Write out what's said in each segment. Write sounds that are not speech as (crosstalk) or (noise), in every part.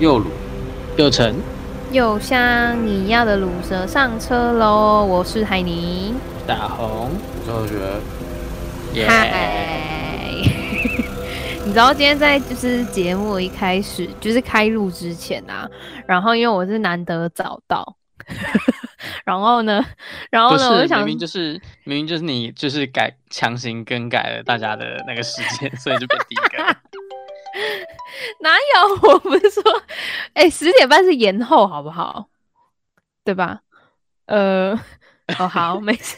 右鲁，右城，又像你要的卤蛇上车喽！我是海尼，大红，我是何学，耶、嗨， (laughs) 你知道今天在就是节目一开始，就是开录之前啊，然后因为我是难得找到， (laughs) 然后呢，然后不，呢，哦我就是想明明就是明明就是你就是改强行更改了大家的那个时间，所以就变第一 (laughs) 个。哪有？我不是说，哎、十点半是延后，好不好？对吧？呃，哦，好，没事。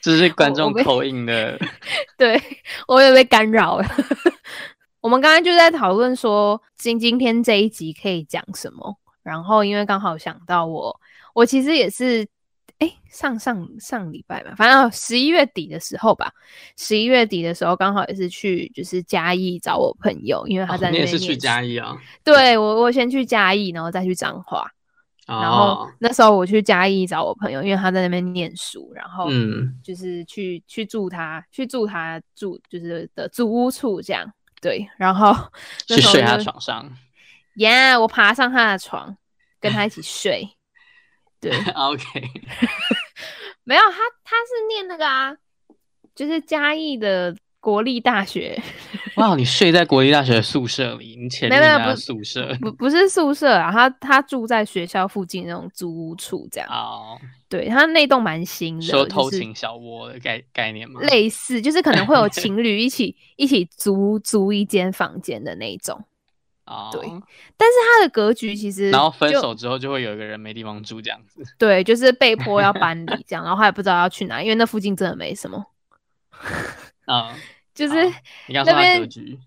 这是观众我我被口音的，对 (laughs) 我也被干扰了。 (laughs) 我们刚刚就在讨论说，今今天这一集可以讲什么。然后因为刚好想到我，我其实也是，哎，上上上礼拜吧，反正哦十一月底的时候吧，十一月底的时候刚好也是去就是嘉义找我朋友，因为他哦在那你边、也是去嘉，义啊？对我我先去嘉义，然后再去彰化。然后哦，那时候我去嘉义找我朋友，因为他在那边念书，然后嗯，就是去去住他去住他住就是的住屋处这样。对，(laughs) 然后那去时候睡他就床上。 (laughs) 耶我爬上他的床，跟他一起睡。对， OK，没有他他是念那个啊，就是嘉义的国立 (laughs) 大学，哇，你睡在国立大学的宿舍里，你潜入没有没有他不的是宿 (laughs) 舍。不不是宿舍啊，他他住在学校附近那种租屋处这样。哦，对，他那栋蛮新的，说嗯就偷是情小窝的概概念吗？类似，就是可能 (laughs) 会有情侣一起一起租租一间房间的那一种，哦，对但是它的格局其实然后分就手之后就会有一个人没地方住这样子。对，就是被迫要搬离这样，然后还不知道要去哪，因为那附近真的没什么，啊、就是好你刚刚那说他边格局，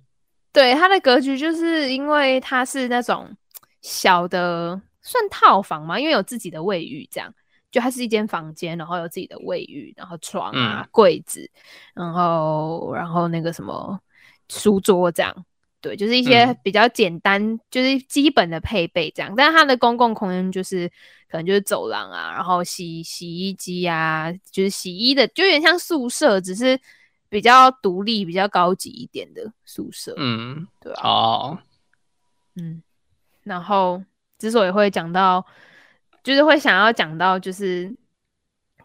对它的格局，就是因为它是那种小的算套房嘛，因为有自己的卫浴这样。就它是一间房间，然后有自己的卫浴，然后床啊、嗯柜子，然后然后那个什么书桌这样，对，就是一些嗯比较简单，就是基本的配备这样。但是它的公共空间就是可能就是走廊啊，然后洗洗衣机啊，就是洗衣的，就有点像宿舍，只是比较独立、比较高级一点的宿舍，嗯，对啊，哦，嗯。然后之所以会讲到，就是会想要讲到，就是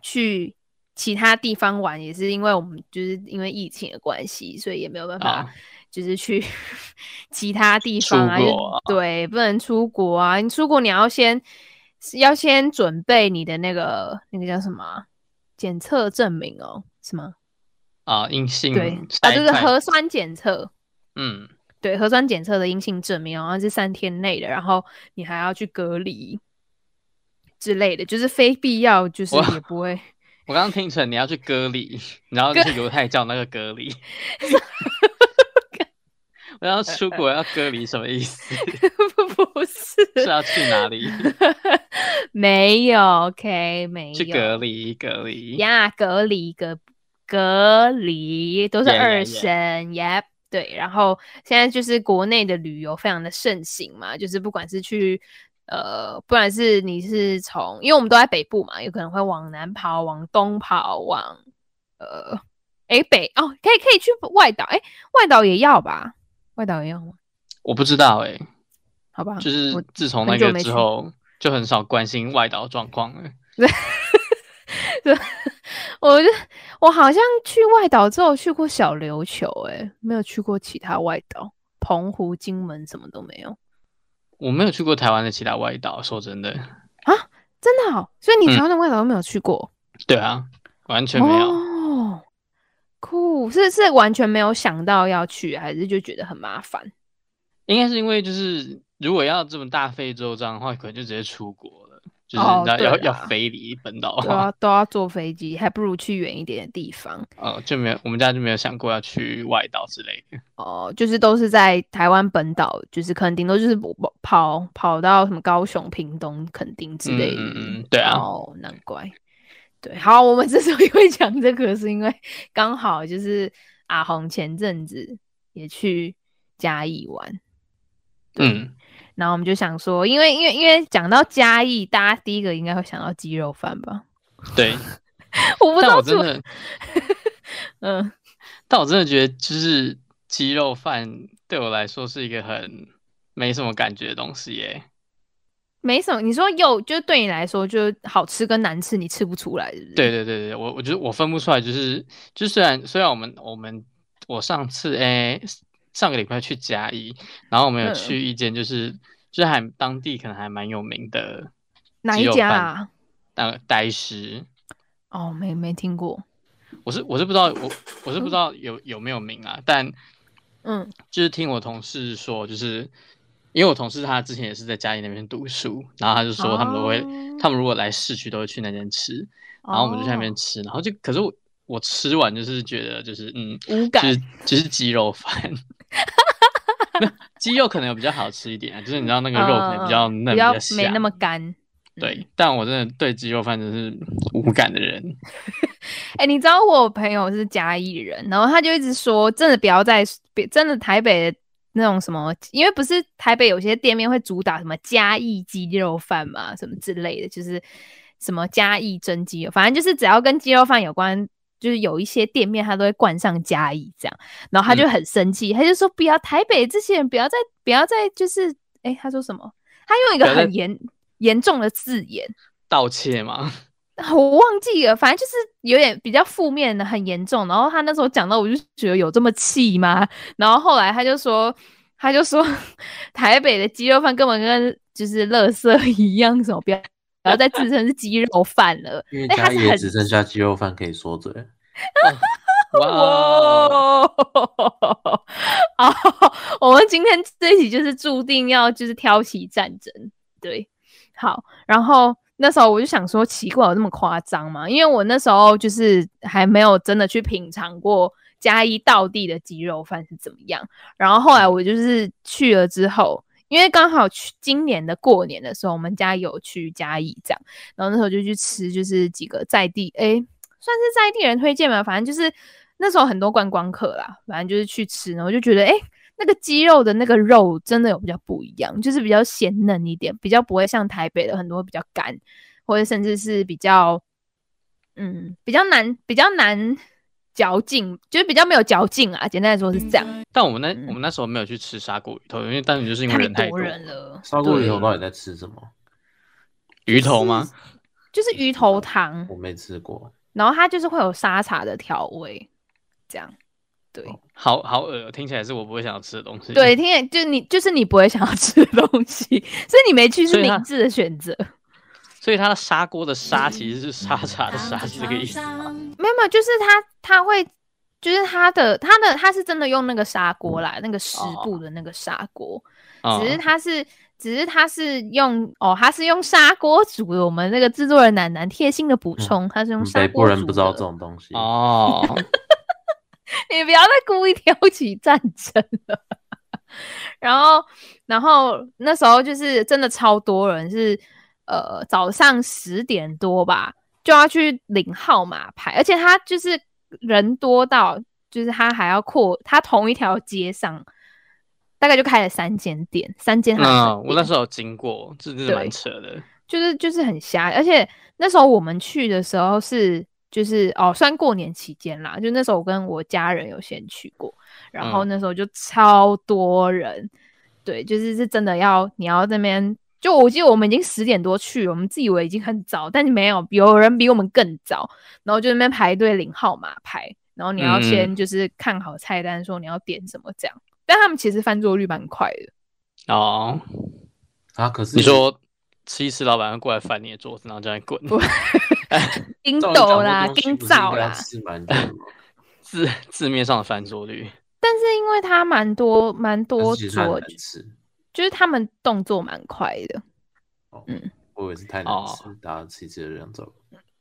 去其他地方玩，也是因为我们就是因为疫情的关系，所以也没有办法。啊，就是去 (laughs) 其他地方啊，出就国啊对，不能出国啊。你出国你要先要先准备你的那个那个叫什么啊检测证明哦，是吗？啊，阴性对啊，筛就是快核酸检测，嗯，对，核酸检测的阴性证明，然后是三天内的，然后你还要去隔离之类的，就是非必要，就是哇也不会。 (laughs) 我刚刚听成你要去割礼，然后就是犹太教那个割 (laughs) 礼。我要出国要割礼什么意 (laughs) 思？不是啊是，要去哪里？没有，OK，没有。去隔离隔离。呀，隔离隔隔离都是 Yeah, yeah, 二 yeah. 声耶。Yep 对，然后现在就是国内的旅游非常的盛行嘛，就是不管是去呃，不管是你是从，因为我们都在北部嘛，有可能会往南跑，往东跑，往呃，诶北哦，可以可以去外岛，诶，外岛也要吧，外岛也要吗？我不知道哎、好吧，就是嗯我自从那很久个没之去后，就很少关心外岛状况了。我就我好像去外岛之后去过小琉球、欸，没有去过其他外岛，澎湖、金门什么都没有我没有去过台湾的其他外岛，说真的，啊，真的、哦，所以你嗯台湾的外岛都没有去过，对啊，完全没有。哦，酷，是是完全没有想到要去，还是就觉得很麻烦？应该是因为就是如果要这么大费周章的话，可能就直接出国了，就是哦你知道要对要啦啊飞离本岛都的话，要都要坐飞机，还不如去远一点的地方呃，就没有我们家就没有想过要去外岛之类的。哦、就是都是在台湾本岛，就是可能顶多就是不不跑跑到什么高雄、屏东、垦丁之类的。嗯嗯嗯，对啊，哦，难怪。对，好，我们之所以会讲这个，是因为刚好就是阿红前阵子也去嘉义玩，嗯，然后我们就想说，因为因为因为讲到嘉义，大家第一个应该会想到鸡肉饭吧？ (laughs) 对。我不知但道我真怎么，的，嗯，但我真的觉得就是鸡肉饭对我来说是一个很没什么感觉的东西耶。没什么。你说又就对你来说，就是好吃跟难吃，你吃不出来，是不是？对对对对，我我觉得我分不出来，就是就虽然虽然我们我们我上次诶、上个礼拜去嘉义，然后我们有嗯去一间就是、就是还当地可能还蛮有名的哪鸡一肉家饭啊？那个呆师，哦，没没听过。我是我是不知道我我是不知道有有没有名啊，但嗯就是听我同事说，就是因为我同事他之前也是在嘉义那边读书，然后他就说他们都会，哦他们如果来市区都会去那边吃，然后我们就去那边哦吃，然后就可是我我吃完就是觉得就是嗯，无就感是就是鸡肉饭。 (laughs) 鸡肉可能有比较好吃一点啊，就是你知道那个肉可能比较嗯嗯嗯嫩，比较香没那么干。对。但我真的对鸡肉饭就是无感的人，哎、你知道我朋友是嘉义人，然后他就一直说，真的不要在，别真的台北的那种什么，因为不是台北有些店面会主打什么嘉义鸡肉饭嘛，什么之类的，就是什么嘉义蒸鸡肉，反正就是只要跟鸡肉饭有关。就是有一些店面，他都会冠上嘉义这样，嗯然后他就很生气，他就说：“不要台北这些人，不要再不要再就是，哎、他说什么？他用一个不要再很严严重的字眼，盗窃 (laughs) 嘛。我忘记了，反正就是有点比较负面的，很严重。然后他那时候讲到，我就觉得有这么气吗？然后后来他就说，他就说台北的鸡肉饭根本跟就是垃圾一样，什么不要不要再自称是鸡肉饭了。因为哎他家是里也很只剩下鸡肉饭可以说嘴。哇哦，哇！哦，我们今天这一集就是注定要就是挑起战争，对，好，然后那时候我就想说，奇怪，有那么夸张吗？因为我那时候就是还没有真的去品尝过嘉义道地的鸡肉饭是怎么样，然后后来我就是去了之后。因为刚好去今年的过年的时候，我们家有去嘉义这样，然后那时候就去吃，就是几个在地，诶，算是在地人推荐嘛，反正就是那时候很多观光客啦，反正就是去吃呢，我就觉得诶，那个鸡肉的那个肉真的有比较不一样，就是比较鲜嫩一点，比较不会像台北的很多比较干，或者甚至是比较嗯比较难比较难嚼劲，就是比较没有嚼劲啊，简单来说是这样，但我们那我们那时候没有去吃砂锅鱼头，因为单纯就是因为人太嗯多人了，砂锅鱼对头到底在吃什么？鱼头吗？就是鱼头汤我，没吃过。然后它就是会有沙茶的调味，这样对。好好恶，哦听起来是我不会想要吃的东西。对，，听见就你就是你不会想要吃的东西， (laughs) 所以你没去是所以它明智的选择。所以它的砂锅的砂其实是沙茶嗯的沙，是这个意思吗？ (laughs) 没有没有，就是它它会，就是它的它的它是真的用那个砂锅啦，那个石哦布的那个砂锅，哦啊只是它是只是它是用哦，它是用砂锅煮的。我们那个制作人奶奶贴心的补充，它是用嗯砂北部锅人煮不知道的这种东西。哦，你不要再故意挑起战争了。然后，然后那时候就是真的超多人是，呃，早上十点多吧就要去领号码牌，而且他就是人多到，就是他还要扩，他同一条街上大概就开了三间店，三 (laughs) 间还是那分啊嗯我那店时候有经过，这真是蛮对扯的。就是就是很瞎，而且那时候我们去的时候是就是哦，算过年期间啦，就那时候我跟我家人有先去过，然后嗯那时候就超多人，对，就是是真的要你要那边，就我记得我们已经十点多去了，我们自以为已经很早，但是没有，有人比我们更早，然后就在那边排队领号码牌，然后你要嗯先就是看好菜单，说你要点什么这样，但他们其实翻桌率蛮快的。哦，啊，可是你说吃一吃，老板会过来翻你的桌子，然后叫你滚，金照理斗讲啦，这金东西不是应枣该要啦，吃蛮久的吗？ (laughs) 字字面上的翻桌率。但是因为它蛮多蛮多但是其实它很桌，难吃。就是他们动作蛮快的。哦嗯我以为是太难吃，哦大家吃一吃就这样走，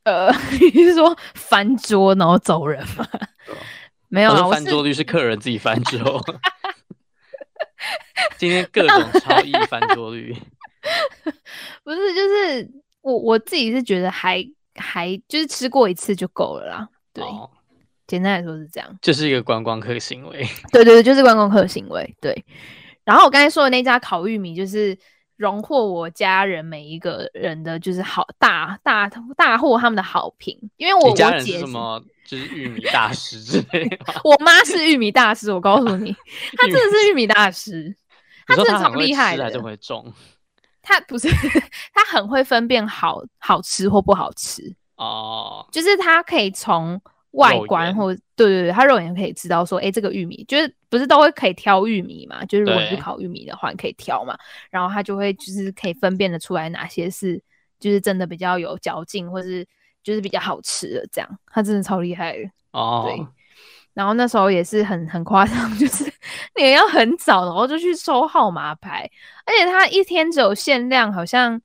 呃， (laughs) 你是说翻桌然后走人吗？对吧？没有我啊，说哦我翻是桌率是客人自己翻之 (laughs) 后，今天各种超意翻桌率。不是就是我我自己是觉得还还就是吃过一次就够了啦。 (laughs) 对，哦，简单来说是这样。这是一个观光客行为。对对对，就是观光客的行为。对，然后我刚才说的那家烤玉米，就是荣获我家人每一个人的就是好大大大获他们的好评，因为我你家我人是姐什是么？就是玉米大师之类 (laughs) 的 (laughs) 吗。我妈是玉米大师，(laughs) 我告诉你，她真的是玉米大师，你说真的他超很会厉害吃还是的很会种？他不是他很会分辨好好吃或不好吃，哦，就是他可以从外观肉眼或对对对，他肉眼可以知道说，哎、这个玉米就是不是都会可以挑玉米嘛？就是如果你去对烤玉米的话，你可以挑嘛，然后他就会就是可以分辨得出来哪些是就是真的比较有嚼劲，或是就是比较好吃的这样，他真的超厉害的。对哦，然后那时候也是很很夸张， (laughs) 就是你要很早，然后就去收号码牌，而且他一天只有限量，好像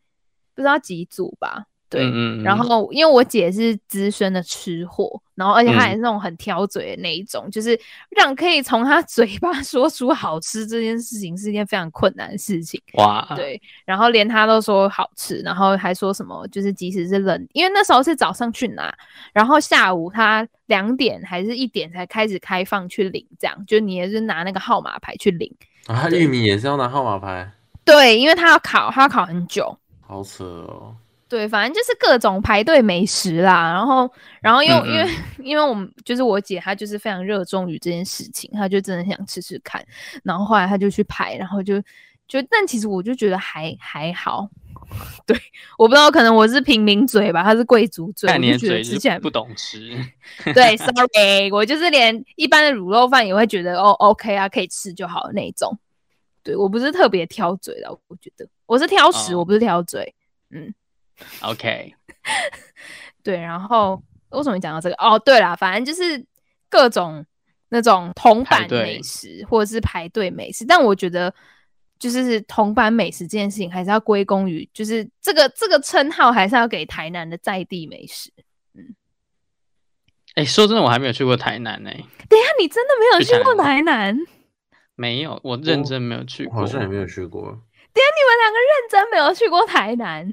不知道几组吧。对，嗯嗯，然嗯后因为我姐是资深的吃货，然后而且她也嗯是那种很挑嘴的那一种，就是让可以从她嘴巴说出好吃这件事情是一件非常困难的事情。 (laughs) 哇，对，然后连她都说好吃，然后还说什么就是即使是冷，因为那时候是早上去拿，然后下午她两点还是一点才开始开放去领，这样就你也是拿那个号码牌去领。啊，玉米也是要拿号码牌，对，因为她要烤，她要烤很久。好扯哦。对，反正就是各种排队美食啦，然后，然后因为、嗯嗯因为 (laughs) 因为我们就是我姐，她就是非常热衷于这件事情，她就真的想吃吃看，然后后来她就去排，然后就就但其实我就觉得还还好， (laughs) 对，我不知道可能我是平民嘴吧，她是贵族嘴，看你我的就觉嘴得吃就起来不懂吃，对，sorry，我就是连一般的卤肉饭也会觉得哦，OK 啊，可以吃就好的那一种。对我不是特别挑嘴的，我觉得我是挑食，哦我不是挑嘴。 OK，对，然后为什么会讲到这个？哦，对啦，反正就是各种那种同排版队美食或者是排队美食，但我觉得就是同版美食这件事情还是要归功于，就是这个这个称号还是要给台南的在地美食。哎，说真的，我还没有去过台南呢，等一下，你真的没有去去过台台南？你没有，我认真没有去哦我过，好像也没有去过，们两个认真没有去过台南，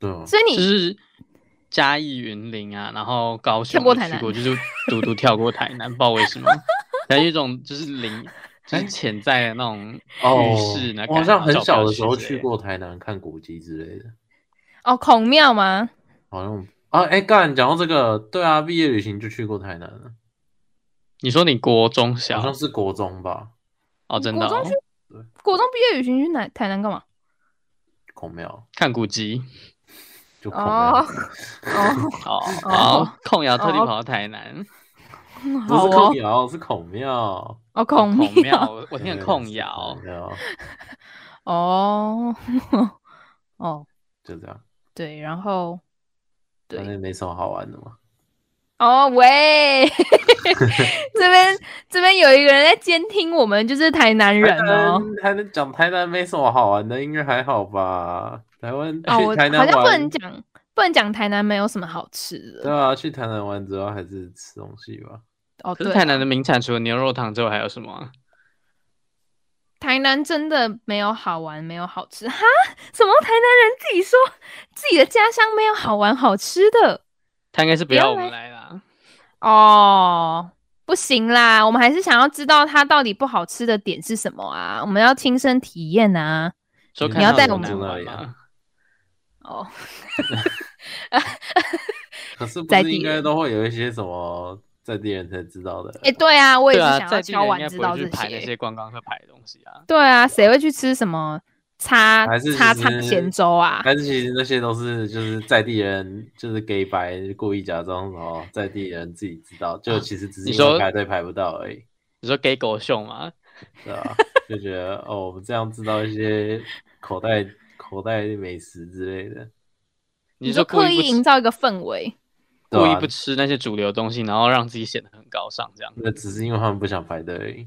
对哦，所以你、就是嘉义、云林啊，然后高雄跳过我台去南过，就是独独跳过台南，不知道为什么，还有一种就是零，哎就是潜在的那种哦浴室呢，我好像很小的时候照片之去类，过台南看古迹之类的，哦孔庙吗？好像啊，哎、干，讲到这个，对啊，毕业旅行就去过台南了，你说你国中好小像是国中吧，哦，真的国哦中去，国中毕业旅行去南台南干嘛？孔庙看古迹就孔庙，哦 (laughs) 哦，哦，哦然后控瑶特地哦跑到台南， (laughs) 不好是孔哦，庙，是孔庙，哦孔孔庙庙，我我我听了控瑶，哦 (laughs) 哦就这样，对，然后对反正没什么好玩的嘛。哦喂， (laughs) 这边这边有一个人在监听我们，就是台南人台哦。南台南讲台南没什么好玩的，应该还好吧？台湾哦，我去台南好像不玩能讲，不能讲台南没有什么好吃对的。啊，去台南玩主要还是吃东西吧。哦，可是对台啊，南的名产除了牛肉汤之外还有什么啊？台南真的没有好玩，没有好吃哈？什么台南人自己说自己的家乡没有好玩好吃的？他应该是不不要要我来们来啦，哦，不行啦，我们还是想要知道它到底不好吃的点是什么啊？我们要亲身体验啊。说你看要到带有我们难去哪玩里啊吗？哦，可是不在是地应该人都会有一些什么在地人才知道的？哎、对啊，我也对是啊，想要在地敲人应完该知不道会去这排那些。些观光客排的东西啊。对啊，谁会去吃什么叉还是叉其叉实咸粥啊？但是其实那些都是就是在地人，就是给白故意假装什么在地人自己知道，就其实只是啊你因为说排队排不到而已，你说给狗熊吗？对吧、啊就觉得哦，我们这样知道一些口袋口袋美食之类的，你说说故刻意意不营吃造一个氛围，对故意啊不吃那些主流东西，然后让自己显得很高尚这样。那只是因为他们不想排队而已，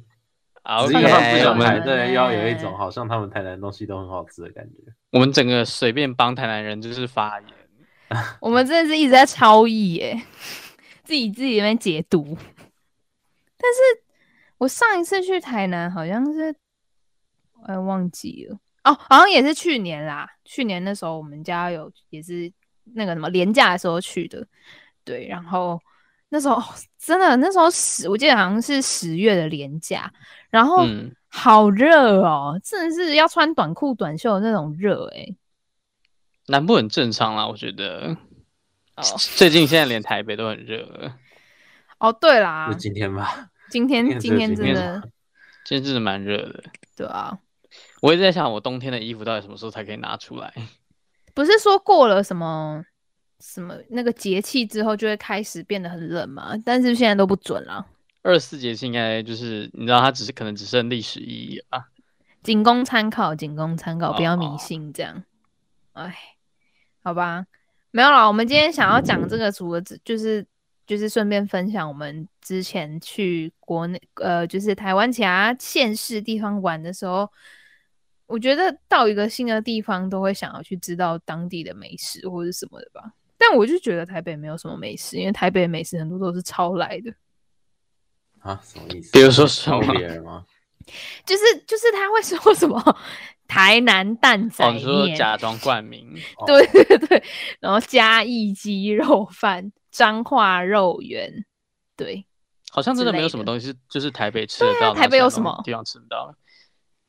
啊只是因为他们不 OK，我想排们队，又要有一 (laughs) 哎种好像他们台南东西都很好吃的感觉。我们整个随便帮台南人就是发言。我们真的是一直在超意耶，自己自己在那边解读。但是我上一次去台南好像是，哎、忘记了哦，好像也是去年啦。去年那时候我们家有也是那个什么廉价的时候去的，对，然后那时候、哦真的那时候十，我记得好像是十月的廉价，然后嗯，好热哦，真的是要穿短裤短袖的那种热哎、南部很正常啦，我觉得。哦最近现在连台北都很热了，哦，对啦啊就，今天吧，今天今天今只有今天天真的今天真的蛮热的。对啊，我一直在想，我冬天的衣服到底什么时候才可以拿出来？不是说过了什么什么那个节气之后就会开始变得很冷嘛？但是现在都不准了。二十四节气应该就是你知道，它只是可能只剩历史意义了吧？仅供参考，仅供参考，不要迷哦信这样。哎、好吧，没有啦。我们今天想要讲这个，除了只就是就是顺便分享我们之前去国内呃，就是台湾其他县市地方玩的时候，我觉得到一个新的地方都会想要去知道当地的美食或者什么的吧。但我就觉得台北没有什么美食，因为台北的美食很多都是抄来的。啊，什么意思？比如说什么抄别人吗？就是就是他会说什么 (laughs) 台南蛋仔哦，你说面，假装冠名，哦对对 (laughs) 对，然后嘉义鸡肉饭、彰化肉圆，对，好像真的之没有类什么的啊东西是就是台北吃得到，然后台其他北有什东么地方吃不到的？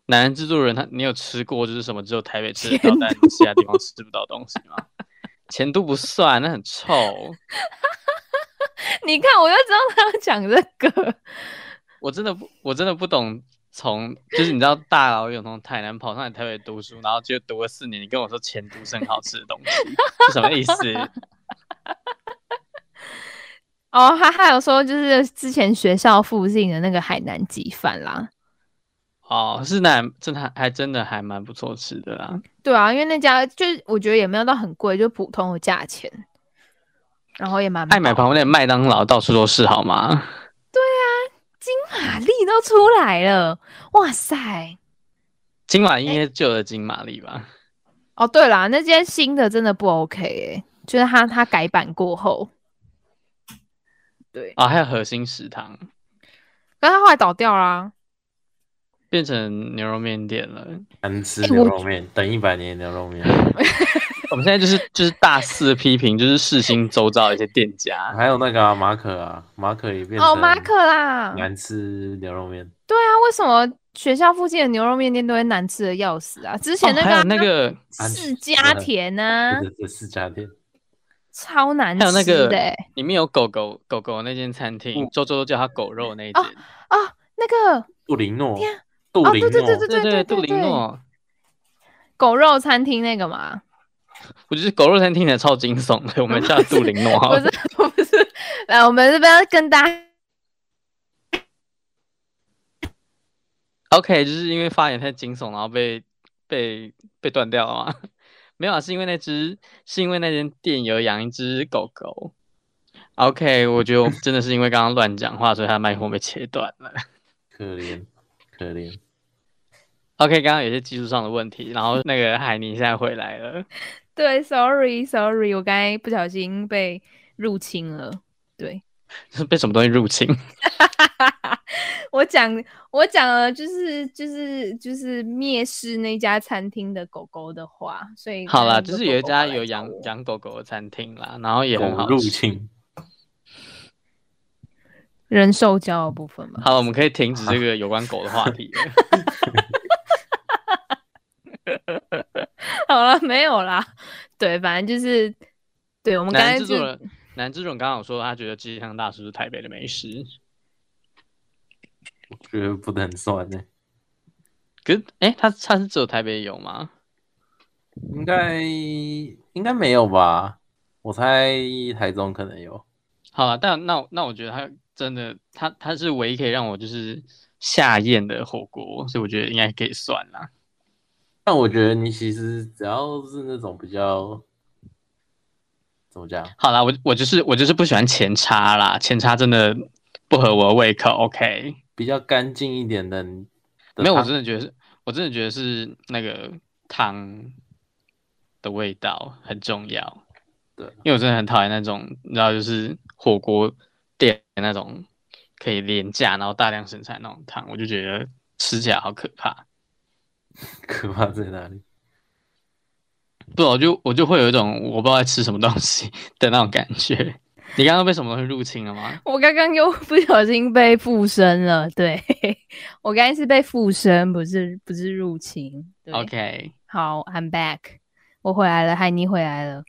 男人制作人他，你有吃过就是什么只有台北吃得前到，但其他地方吃不到的东西吗？前都不算，那很臭。你看我就知道他要讲这个，我真的不，我真的不懂从，就是你知道大老远从台南跑上来台北读书，然后就读了四年，你跟我说前都是很好吃的东西，是什么意思？哦，他还有说就是之前学校附近的那个海南鸡饭啦，哦，是那真的还还真的还蛮不错吃的啦。对啊，因为那家就是我觉得也没有到很贵，就普通的价钱，然后也蛮爱买饱旁边的麦当劳到处都是好吗？金玛丽都出来了，哇塞！金马哎应该救了金玛丽吧？哦，对啦，那间新的真的不 OK 哎、就是它它改版过后，对，啊、还有核心食堂但它后来倒掉啦。变成牛肉面店了。难吃哎牛我肉面，等一百年牛肉面。我们现在就是就是大肆批评，就是世新周遭的一些店家。还有那个啊，马可啊，马可也变成哦，马可啦，难吃牛肉面。对啊，为什么学校附近的牛肉面店都会难吃的要死啊？之前哦、那还个、有那个安世全家田啊，这这四家店，超难还有那吃个的、欸、里面有狗狗狗狗那间餐厅，周周都叫它狗肉那一间。哦哦，那个杜林诺天啊，杜哦林对对对诺，对对杜对林诺，狗肉餐厅那个嘛，我觉得狗肉餐厅也超惊悚的，我们叫它杜林 (laughs) 诺好不了。是不是，来，我们这边要跟大家 OK，就是因为发言太惊悚，然后被被被断掉了吗？ (laughs) 没有啊，是因为那只是因为那间店有养一只狗狗。OK，我觉得我真的是因为刚刚乱讲话，所以他麦克风被切断了。可怜可怜。 OK，刚刚有些技术上的问题，然后那个海尼现在回来了。 (laughs) 对，sorry sorry，我刚才不小心被入侵了，对。是被什么东西入侵？我讲我讲了，就是就是就是蔑视那家餐厅的狗狗的话，所以好啦，了，就是有一家有养养养狗狗的餐厅啦，然后也很好入吃。侵，人兽交的部分嘛。好了，我们可以停止这个有关狗的话题了。 (laughs) 好了，没有啦，对，反正就是 (laughs) 对我们刚男才制就作人，男制作人刚刚有说他觉得鸡汤大叔是台北的美食，我觉得不能算呢，可是哎、他他是只有台北有吗？应该应该没有吧？我猜台中可能有，好了，但那我那我觉得他真的，他他是唯一可以让我就是下咽的火锅，所以我觉得应该可以算啦。但我觉得你其实只要是那种比较怎么讲，好啦，我我就是我就是不喜欢前叉啦，前叉真的不合我的胃口。OK，比较干净一点的，的没有，我汤真的觉得是，我真的觉得是那个汤的味道很重要。对因为我真的很讨厌那种，你知道，就是火锅店那种可以廉价然后大量生产那种汤，我就觉得吃起来好可怕。 (laughs) 可怕在哪里？不，我就我就会有一种我不知道在吃什么东西 (laughs) 的那种感觉。你刚刚被什么东西入侵了吗？我刚刚又 (laughs) 不小心被附身了，对 (laughs) 我刚才是被附身，不是不是入侵。对 OK，好，I'm back，我回来了，海尼回来了。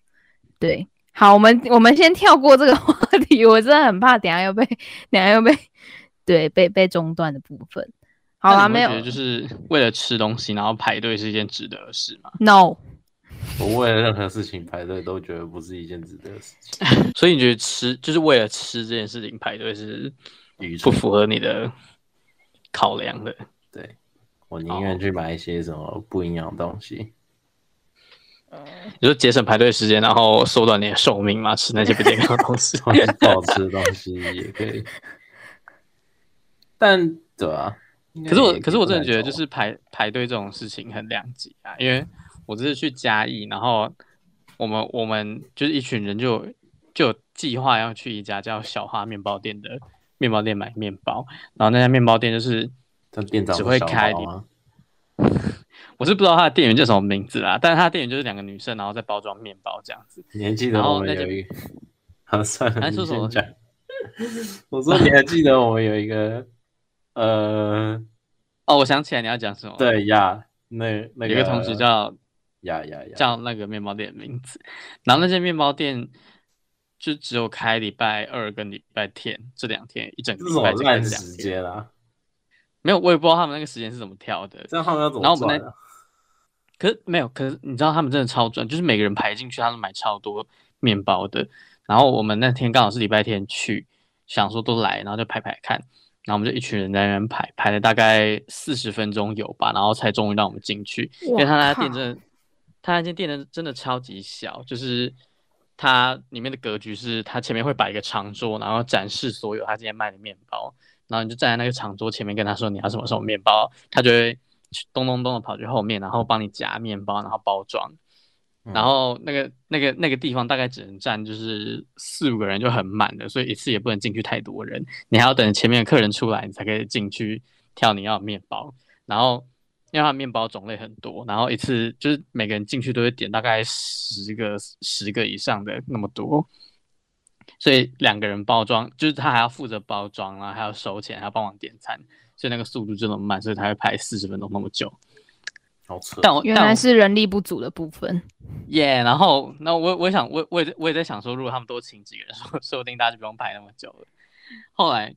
对，好，我们我们先跳过这个话题，我真的很怕等一下又被等一下又被对被被中断的部分。好那啦，你会没有觉得就是为了吃东西然后排队是一件值得的事吗？ no，我为了任何事情排队都觉得不是一件值得的事情，所以你觉得吃就是为了吃这件事情排队是愚蠢 (laughs) 不。符合你的考量的？对，我宁愿去买一些什么不营养的东西。。你说节省排队时间，然后缩短你的寿命嘛？吃那些不健康的东西 (laughs) 或者是不好吃的东西也可 (laughs) 以。但对啊，应该可是我也，可是我真的不觉能得，就是排排队这种事情很两极啊。因为我这次去嘉义，然后我们我们就是一群人就有就有计划要去一家叫小花面包店的面包店买面包，然后那家面包店就是讲，但店长只不会小开包你吗？我是不知道他的店员叫什么名字啦，但是他的店员就是两个女生，然后在包装面包这样子。你还记得然后我们那就有一个？ (laughs) 啊，算了，还你说什么先 (laughs) 讲。我说你还记得我们有一个呃，哦，我想起来你要讲什么，，对呀，那那有一个同事叫呀呀呀，叫那个面包店的名字。然后那间面包店就只有开礼拜二跟礼拜天这两天，一整这是个礼什么拜就开烂这两时天。间啦？没有，我也不知道他们那个时间是怎么挑的。这样他们要怎然么后我们赚啊？可是没有，可是你知道他们真的超赚，就是每个人排进去，他们买超多面包的。然后我们那天刚好是礼拜天去，想说都来，然后就排排看。然后我们就一群人在那边排，排了大概四十分钟有吧，然后才终于让我们进去。因为他那家店真的，他那间店真的真的超级小，就是它里面的格局是，它前面会摆一个长桌，然后展示所有他今天卖的面包，然后你就站在那个长桌前面跟他说你要什么什么面包，他就会去咚咚咚的跑去后面，然后帮你夹面包，然后包装。嗯然后那个那个那个地方大概只能站就是四五个人就很满的，所以一次也不能进去太多人，你还要等前面的客人出来，你才可以进去挑你要的面包。然后因为它的面包种类很多，然后一次就是每个人进去都会点大概十个十个以上的那么多，所以两个人包装，就是他还要负责包装啊然后还要收钱，还要帮忙点餐，所以那个速度真的很慢，所以他会排四十分钟那么久。好扯，但我原但我来是人力不足的部分。耶然后那我我也想我我也在我也在想说，如果他们多请几个人， (laughs) 说说不定大家就不用排那么久了。后来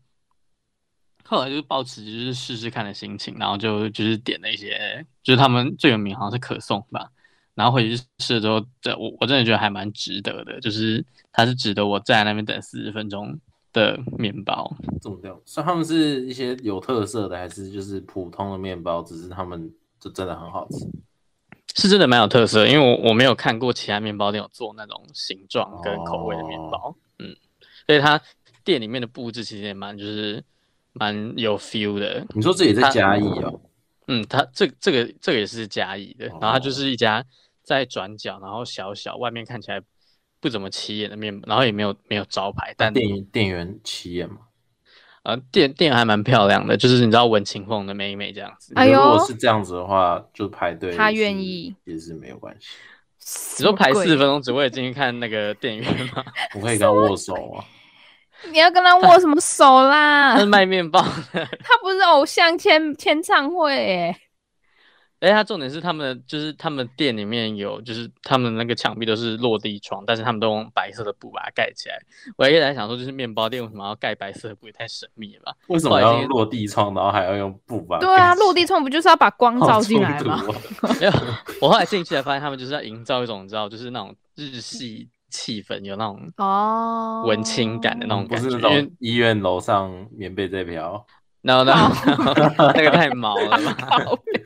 后来就是抱持就是试试看的心情，然后就就是点了一些，就是他们最有名好像是可颂吧。然后回去吃了之后，这我我真的觉得还蛮值得的，就是它是值得我在那边等四十分钟的面包。这么掉。所以他们是一些有特色的，还是就是普通的面包？只是他们就真的很好吃。是真的蛮有特色，因为我我没有看过其他面包店有做那种形状跟口味的面包，嗯，所以它店里面的布置其实也蛮就是蛮有 feel 的，你说这也在嘉义哦？嗯，它这这个这个也是嘉义的，然后它就是一家在转角，然后小小，外面看起来不怎么起眼的面，然后也没有没有招牌，但店员店员起眼嘛？呃店店还蛮漂亮的，就是你知道文青风的妹妹这样子，哎呦如果是这样子的话，就排队也是。他愿意也是没有关系，你说排四十分，分钟只为了进去看那个店员吗？我可以跟他握手啊。你要跟他握什么手啦他是？卖面包的。他不是偶像签签唱会耶、而且它重点是他们的，就是他们店里面有，就是他们那个墙壁都是落地窗，但是他们都用白色的布把它盖起来。我一直在想说，就是面包店为什么要盖白色的布，也太神秘了吧？为什不好么意思要落地窗，然后还要用布把它盖起对来？啊，落地窗不就是要把光好照进来冲吗？突哦？没 (laughs) 有，我后来进去才发现，他们就是要营造一种，你知道，就是那种日系气氛，有那种哦，文青感 (laughs) 的那种不感是觉。那因为种医院楼上棉被在飘， no no，那哦个太毛了 (laughs) 吧？靠背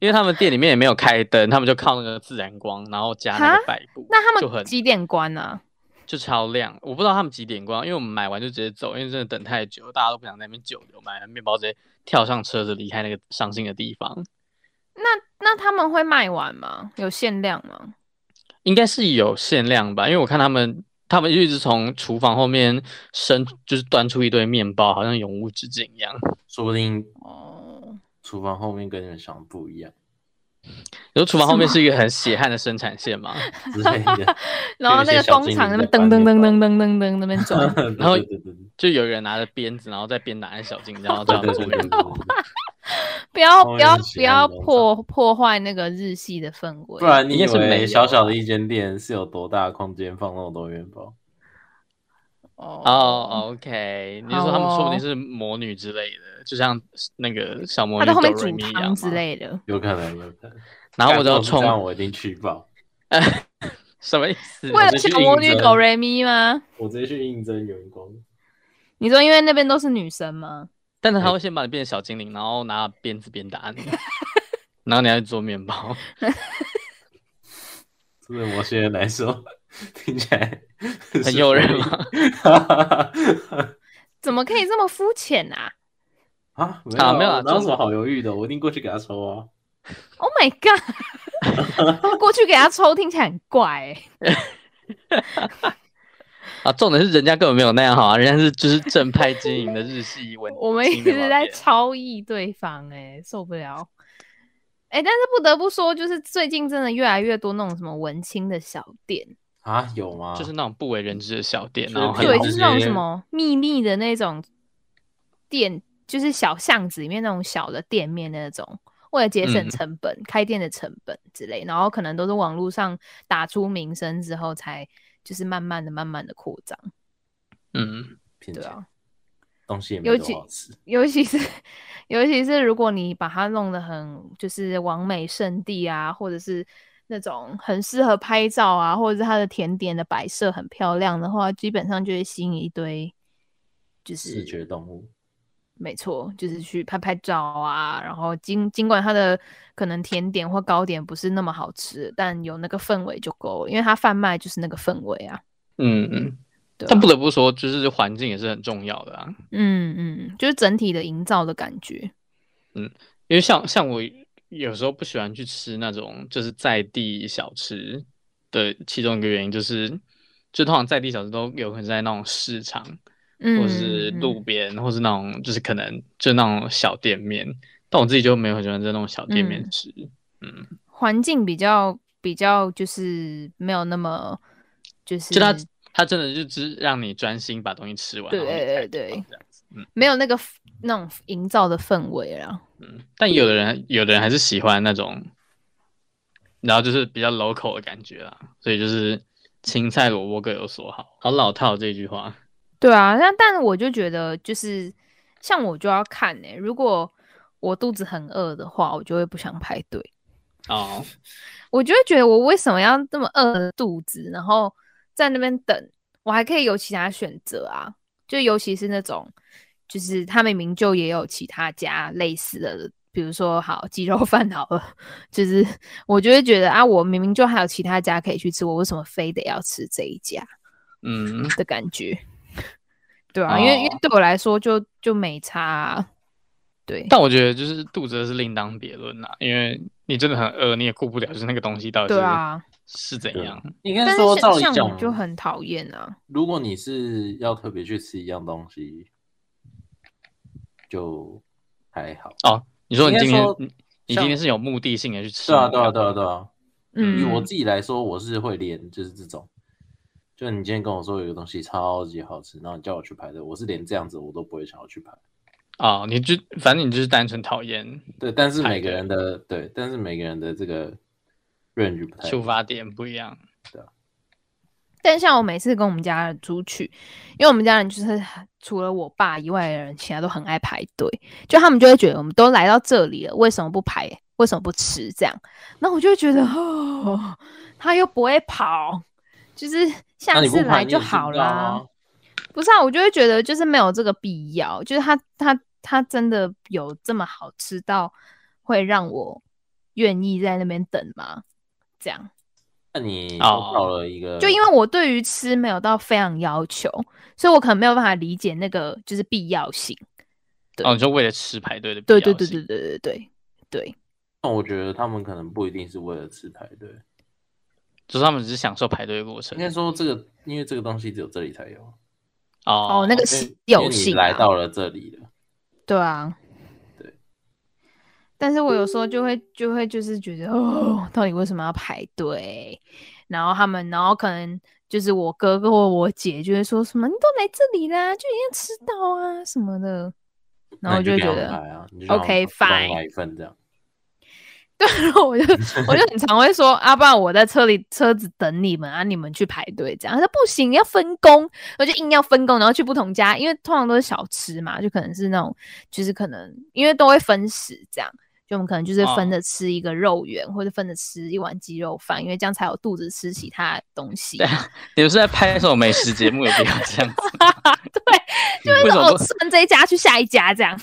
因为他们店里面也没有开灯，他们就靠那个自然光，然后加那哈个白布，那他就很们几点关啊？就超亮，我不知道他们几点关，因为我们买完就直接走，因为真的等太久，大家都不想在那边久留，买完面包直接跳上车子离开那个伤心的地方。那他们会卖完吗？有限量吗？应该是有限量吧，因为我看他们，他们一直从厨房后面伸，就是端出一堆面包，好像永无止境一样。说不定哦，厨房后面跟你们想的不一样你说厨房后面是吗是一个很血汗的生产线嘛？之类 (laughs) 的。然后那个工厂那边噔噔噔噔噔噔噔那边转，然后对对对对就有人拿着鞭子，然后在边 (laughs) 拿着小镜子，然后对叫对他们对做对面对包。对对不要哦不要有血不要汗工厂破破坏那个日系的氛围，不然你以应该是没有为啊小小的一间店是有多大的空间放那么多面包？哦哦、o k 你是说他们好哦说不定是魔女之类的。的，就像那个小魔他女在后面哆煮瑞咪一汤样之嘛。类的。有可能，有可能。然后我干如果是就这样冲，我一定去报，什么意思？为了直接小去魔应女征狗瑞咪吗？我直接去应征员工。你说因为那边都是女生吗？但是他会先把你变成小精灵，然后拿鞭子鞭打 (laughs) 你，然后你要去做面包。这对魔学人来说，听起来很诱人吗？怎么可以这么肤浅啊啊，没有啊没有啊我哪有这什么好犹豫的？我一定过去给他抽啊！ ？Oh my god！他们过去给他抽，听起来很怪、欸。，啊，重点是人家根本没有那样好啊，人家是就是正派经营的日系文 (laughs) 我们一青年直老在店超意对方、欸，哎，受不了。哎、但是不得不说，就是最近真的越来越多那种什么文青的小店，啊，有吗？就是那种不为人知的小店，就是然后很对对，好就是直那种什接么秘密的那种店，就是小巷子里面那种小的店面那种，为了节省嗯成本、开店的成本之类，然后可能都是网络上打出名声之后，才就是慢慢的、慢慢的扩张，嗯，骗对钱啊。东西也尤没其多好吃。尤其是 (laughs) 尤其是如果你把它弄得很就是完美圣地啊，或者是那种很适合拍照啊，或者是它的甜点的摆设很漂亮的话，基本上就会吸引一堆就是视觉动物，没错，就是去拍拍照啊，然后尽尽管它的可能甜点或糕点不是那么好吃，但有那个氛围就够了，因为它贩卖就是那个氛围啊。嗯嗯，对但啊不得不说，就是环境也是很重要的啊。嗯嗯，就是整体的营造的感觉。因为像像我有时候不喜欢去吃那种就是在地小吃的其中一个原因，就是就通常在地小吃都有可能在那种市场，嗯，或是嗯路边，或是那种就是可能就那种小店面，但我自己就没有很喜欢在那种小店面嗯吃。嗯，环境比较比较就是没有那么就是就它它真的就只让你专心把东西吃完，对然后你才对走对这样子。嗯没有那个 f- 那种营造的氛围了。嗯，但有的人有的人还是喜欢那种，然后就是比较 local 的感觉啦，所以就是青菜萝卜各有所好，好老套这句话。对啊，那但我就觉得，就是像我就要看呢、如果我肚子很饿的话，我就会不想排队，哦，我就会觉得我为什么要这么饿的肚子，然后在那边等，我还可以有其他选择啊，就尤其是那种，就是他明明就也有其他家类似的。比如说，好鸡肉饭好了，就是我就会觉得啊，我明明就还有其他家可以去吃，我为什么非得要吃这一家？嗯，的感觉，对啊，因为因为哦对我来说就就没差啊、对，但我觉得就是肚子饿是另当别论啦，因为你真的很饿，你也顾不了就是那个东西到底对是啊，是怎样。应但该是说照像理像我讲，就很讨厌啊，如果你是要特别去吃一样东西，就还好。哦，你说你应该今天说你你像今天是有目的性的去吃对啊，某对啊，样对啊，对啊。以嗯，我自己来说，我是会连就是这种，就你今天跟我说有个东西超级好吃，然后你叫我去排队，我是连这样子我都不会想要去排。哦，你就反正你就是单纯讨厌，对，但是排每个队人的对，但是每个人的这个 range 不太一出样发点不一样。但像我每次跟我们家人出去，因为我们家人就是除了我爸以外的人，其他都很爱排队，就他们就会觉得我们都来到这里了，为什么不排？为什么不吃？这样，那我就会觉得嗯哦，他又不会跑，就是那下你不次排来你就也知好道啦啊。。不是啊，我就会觉得就是没有这个必要，就是它它它真的有这么好吃到会让我愿意在那边等吗？这样，那你就哦到了一个，就因为我对于吃没有到非常要求，所以我可能没有办法理解那个就是必要性。对哦，你说为了吃排队的必对要对对性对对对对对，那我觉得他们可能不一定是为了吃排队，就是他们只是享受排队的过程应。该说这个，因为这个东西只有这里才有，哦哦，那因个为稀因为有你性来啊，到了这里了，对啊，对。但是我有时候就会就会就是觉得哦，到底为什么要排队？然后他们，然后可能就是我哥哥或我姐就会说什么你都来这里啦，就一定要吃到啊什么的。然那后我你就就会给觉他们得，排啊，你就让他们 OK，帮我 fine 来一份这样。对，然后 (laughs) 我就我就很常会说，啊，不然我在车里车子等你们啊，你们去排队这样。他说不行，要分工，我就硬要分工，然后去不同家，因为通常都是小吃嘛，就可能是那种，就是可能因为都会分食这样，就我们可能就是分哦着吃一个肉圆，或者分着吃一碗鸡肉饭，因为这样才有肚子吃其他东西对嘛。啊，你们是在拍什么美食节目？也不要这样子。 (laughs) 对，就为会什说么哦，不吃完这一家去下一家这样。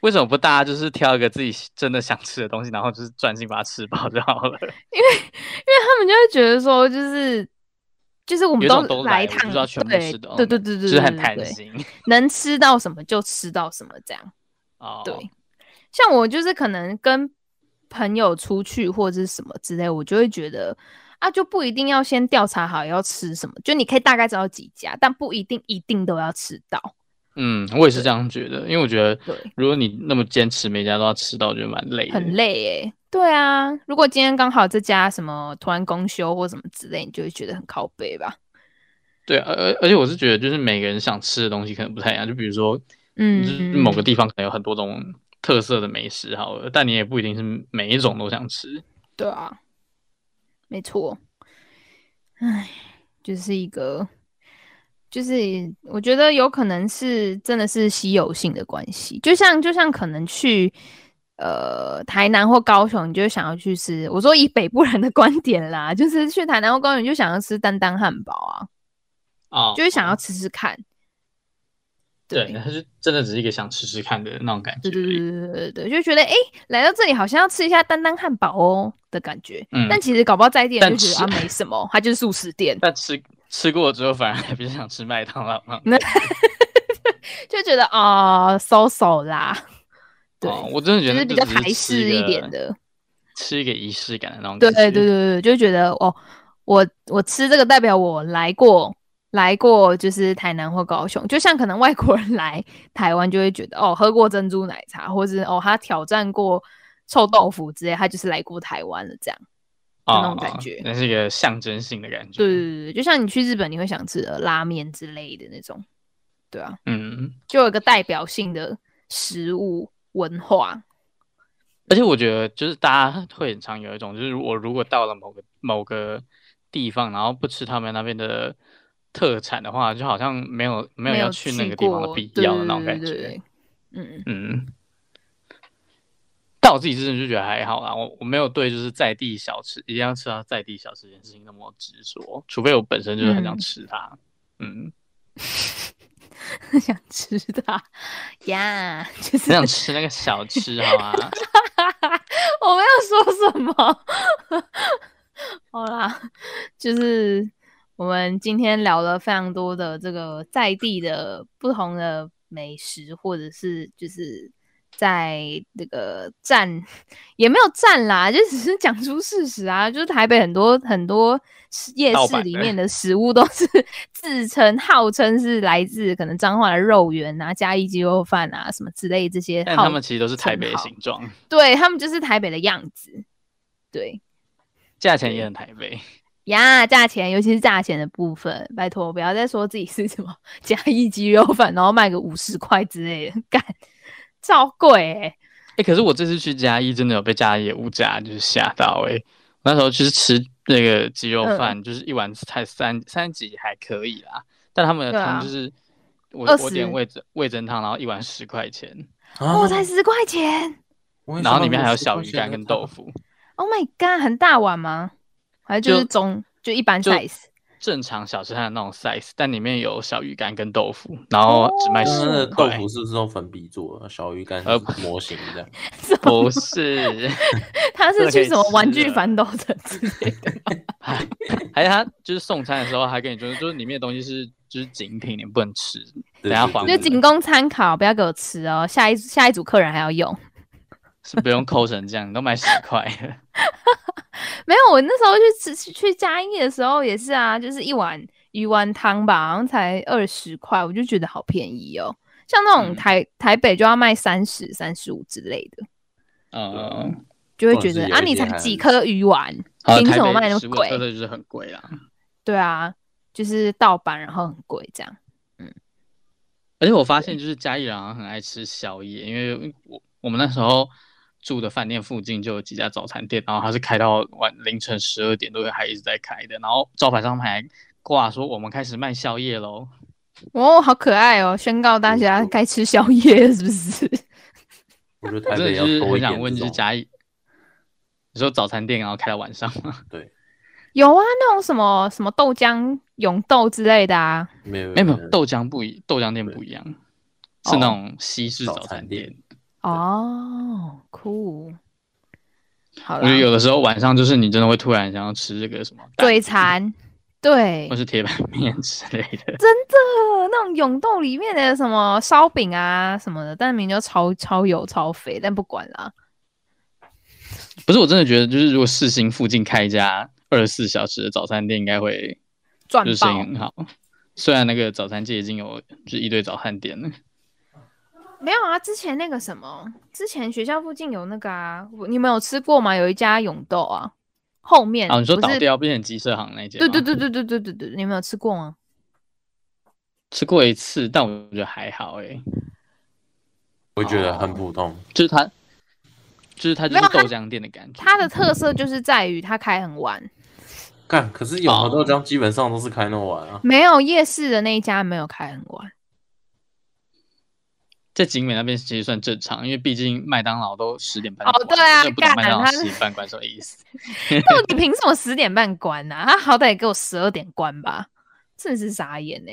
为什么不大家就是挑一个自己真的想吃的东西，然后就是专心把它吃饱就好了？因为他们就会觉得说，就是就是我们有种都来来一我就趟，知道全部对吃的嗯对对对对，就是很对贪对心能吃到什么就吃到什么这样。哦。对，像我就是可能跟朋友出去或者是什么之类，我就会觉得啊，就不一定要先调查好要吃什么，就你可以大概知道几家，但不一定一定都要吃到。嗯，我也是这样觉得，因为我觉得对如果你那么坚持每家都要吃到，我觉得蛮累的。很累耶、对啊，如果今天刚好这家什么突然公休或什么之类，你就会觉得很靠背吧。对，而而而且我是觉得，就是每个人想吃的东西可能不太一样。就比如说，就是嗯，某个地方可能有很多种特色的美食，好了，但你也不一定是每一种都想吃。对啊，没错。唉，就是一个，就是我觉得有可能是真的是稀有性的关系，就像就像可能去呃台南或高雄，你就想要去吃。我说以北部人的观点啦，就是去台南或高雄，你就想要吃丹丹汉堡啊，哦，就是想要吃吃看。对，它是真的只是一个想吃吃看的那种感觉对而对已。对对对对，就觉得哎、诶来到这里好像要吃一下丹丹汉堡哦的感觉，嗯但其实搞不好在地人但就觉吃得啊没什么， (laughs) 它就是素食店，但吃吃过之后，反而还比较想吃麦当劳那种。就觉得啊 so so 啦，对，哦我真的觉就得是比较只台吃式一个点的，吃一个仪式感的那种对感觉。对对对，就觉得哦，我我吃这个代表我来过。来过就是台南或高雄，就像可能外国人来台湾就会觉得哦，喝过珍珠奶茶，或是哦他挑战过臭豆腐之类，他就是来过台湾了这样。哦，那种感觉那是一个象征性的感觉。对对，对对，就像你去日本，你会想吃的拉面之类的那种，对啊，嗯，就有一个代表性的食物文化。而且我觉得就是大家会很常有一种，就是我如果到了某个某个地方，然后不吃他们那边的特产的话，就好像没有没有没要有去那个地方的过必对要的对那种感对对觉。对嗯，嗯，但我自己真的就觉得还好啦，我我没有对就是在地小吃一定要吃到在地小吃这件事情那么执着，除非我本身就是很想嗯吃它。 (laughs) 嗯，嗯想吃它呀就很是想吃那个小吃，好 (laughs) 吗？我没有说什么。好啦，就是我们今天聊了非常多的这个在地的不同的美食，或者是就是在那个站也没有站啦，就只是讲出事实啊，就是台北很多很多食夜盗市版里的面的食物都是自称号称是来自可能彰化的肉圆啊、嘉义鸡肉饭啊什么之类这些号，但他们其实都是台称北的号形状，对他们就是台北的样子，对。价钱也很台北。呀，价钱，尤其是价钱的部分，拜托不要再说自己是什么 (laughs) 嘉义鸡肉饭，然后卖个五十块之类的，干，超贵欸哎、可是我这次去嘉义，真的有被嘉义的物价就是吓到哎、那时候就是吃那个鸡肉嗯饭，就是一碗才三三几还可以啦，但他们的对啊汤就是我、我点20味增味增汤，然后一碗十块钱，哦，才十块钱我也然后想里面还有50小块鱼钱干的跟汤豆腐， ，Oh my god，很大碗吗？还是就是就中就一般就 size？ (laughs) 正常小吃摊的那种 size，但里面有小鱼干跟豆腐，然后只卖哦那十它的五豆块腐，是不是用粉笔做的？小鱼干哦呃就是模型这样，不 (laughs) 是，他真的是可去以什么玩吃具了反斗城 (laughs) 之类的？还是他就是送餐的时候还跟你说，就是里面的东西是就是精品，你不能吃，对 (laughs) 等下对对还就我对们仅供参考，不要给我吃哦。下一下一组客人还要用。是不用抠成这样，你都买十块了。没有，我那时候去吃去去嘉义的时候也是啊，就是一碗鱼丸汤吧，好像才二十块，我就觉得好便宜哦。像那种嗯台、台北就要卖三十、三十五之类的，嗯，就会或觉者是得有啊，一你些才还很几颗鱼丸，好，凭台什么北卖那食么物的特贵？色就是很贵啦。对啊，就是盗版，然后很贵这样。而且我发现，就是嘉义人好像很爱吃宵夜，因为我我们那时候住的饭店附近就有几家早餐店，然后它是开到晚凌晨十二点都还一直在开的，然后招牌上面还挂说我们开始卖宵夜喽。哦，好可爱哦！宣告大家该吃宵夜了，是不是？ (laughs) 我觉得台我真的北要就是多很一点想问，这就是种嘉义，你说早餐店然后开到晚上吗？对，有啊，那种什么什么豆浆、永豆之类的啊。没有哎没有没有，豆浆不一，豆浆店不一样，是那哦种西式早早餐餐店店。哦，酷。好我觉得了，有的时候晚上就是你真的会突然想要吃这个什么蛋嘴饼馋，对，或是铁板面之类的。呃那种永豆里面的什么烧饼啊什么的，但明明就超超油超肥，但不管啦。不是，我真的觉得就是如果世新附近开一家二十四小时的早餐店，应该会赚就是生意爆！很好。虽然那个早餐界已经有就是一堆早餐店了，嗯没有啊，之前那个什么，之前学校附近有那个啊，我你们有吃过吗？有一家永豆啊，后面啊，你说不倒是掉变成鸡舍行那一间，对对，对对对对对对，你们有吃过吗？吃过一次，但我觉得还好诶、我觉得哦很普通。就是它，就是它就是没有它豆浆店的感觉。它的特色就是在于它开很晚，干，可是永和豆哦浆基本上都是开那么晚啊。没有夜市的那一家没有开很晚。在景美那边其实算正常，因为毕竟麦当劳都十点半哦关了对啊真的不懂干麦当劳它十点半关什么意思。 (laughs) 到底凭什么十点半关呐、啊？他好歹也给我十二点关吧，真的是傻眼呢、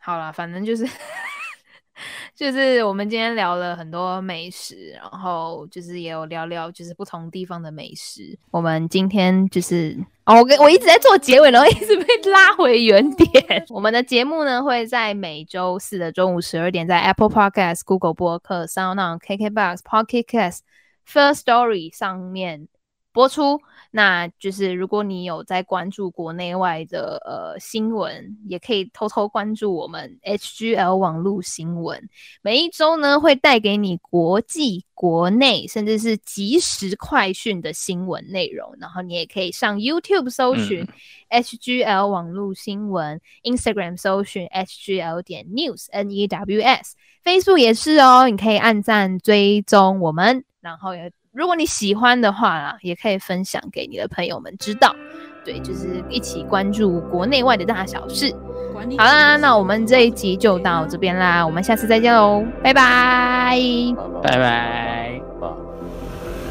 好啦，反正就是 (laughs) 就是我们今天聊了很多美食，然后就是也有聊聊就是不同地方的美食。我们今天就是哦，我跟我一直在做结尾，然后一直被拉回原点。 (laughs) 我们的节目呢会在每周四的中午十二点在 Apple Podcast、Google 播客、SoundOn、KKBox、Pocket Cast。First Story 上面播出。那就是如果你有在关注国内外的呃新闻，也可以偷偷关注我们 HGL 网络新闻。每一周呢会带给你国际、国内甚至是即时快讯的新闻内容，然后你也可以上 YouTube 搜寻 HGL 网络新闻、i n s t a g r a m 搜寻 HGL 点 News N E W S。Facebook 也是哦，你可以按赞追踪我们，然后也如果你喜欢的话啦，也可以分享给你的朋友们知道。对，就是一起关注国内外的大小事。好好啦，啦，那那我我们们这这一一集集就就到到这这边边啦，啦，我我们们下下次次再见再见喽喽，拜拜。拜拜。拜。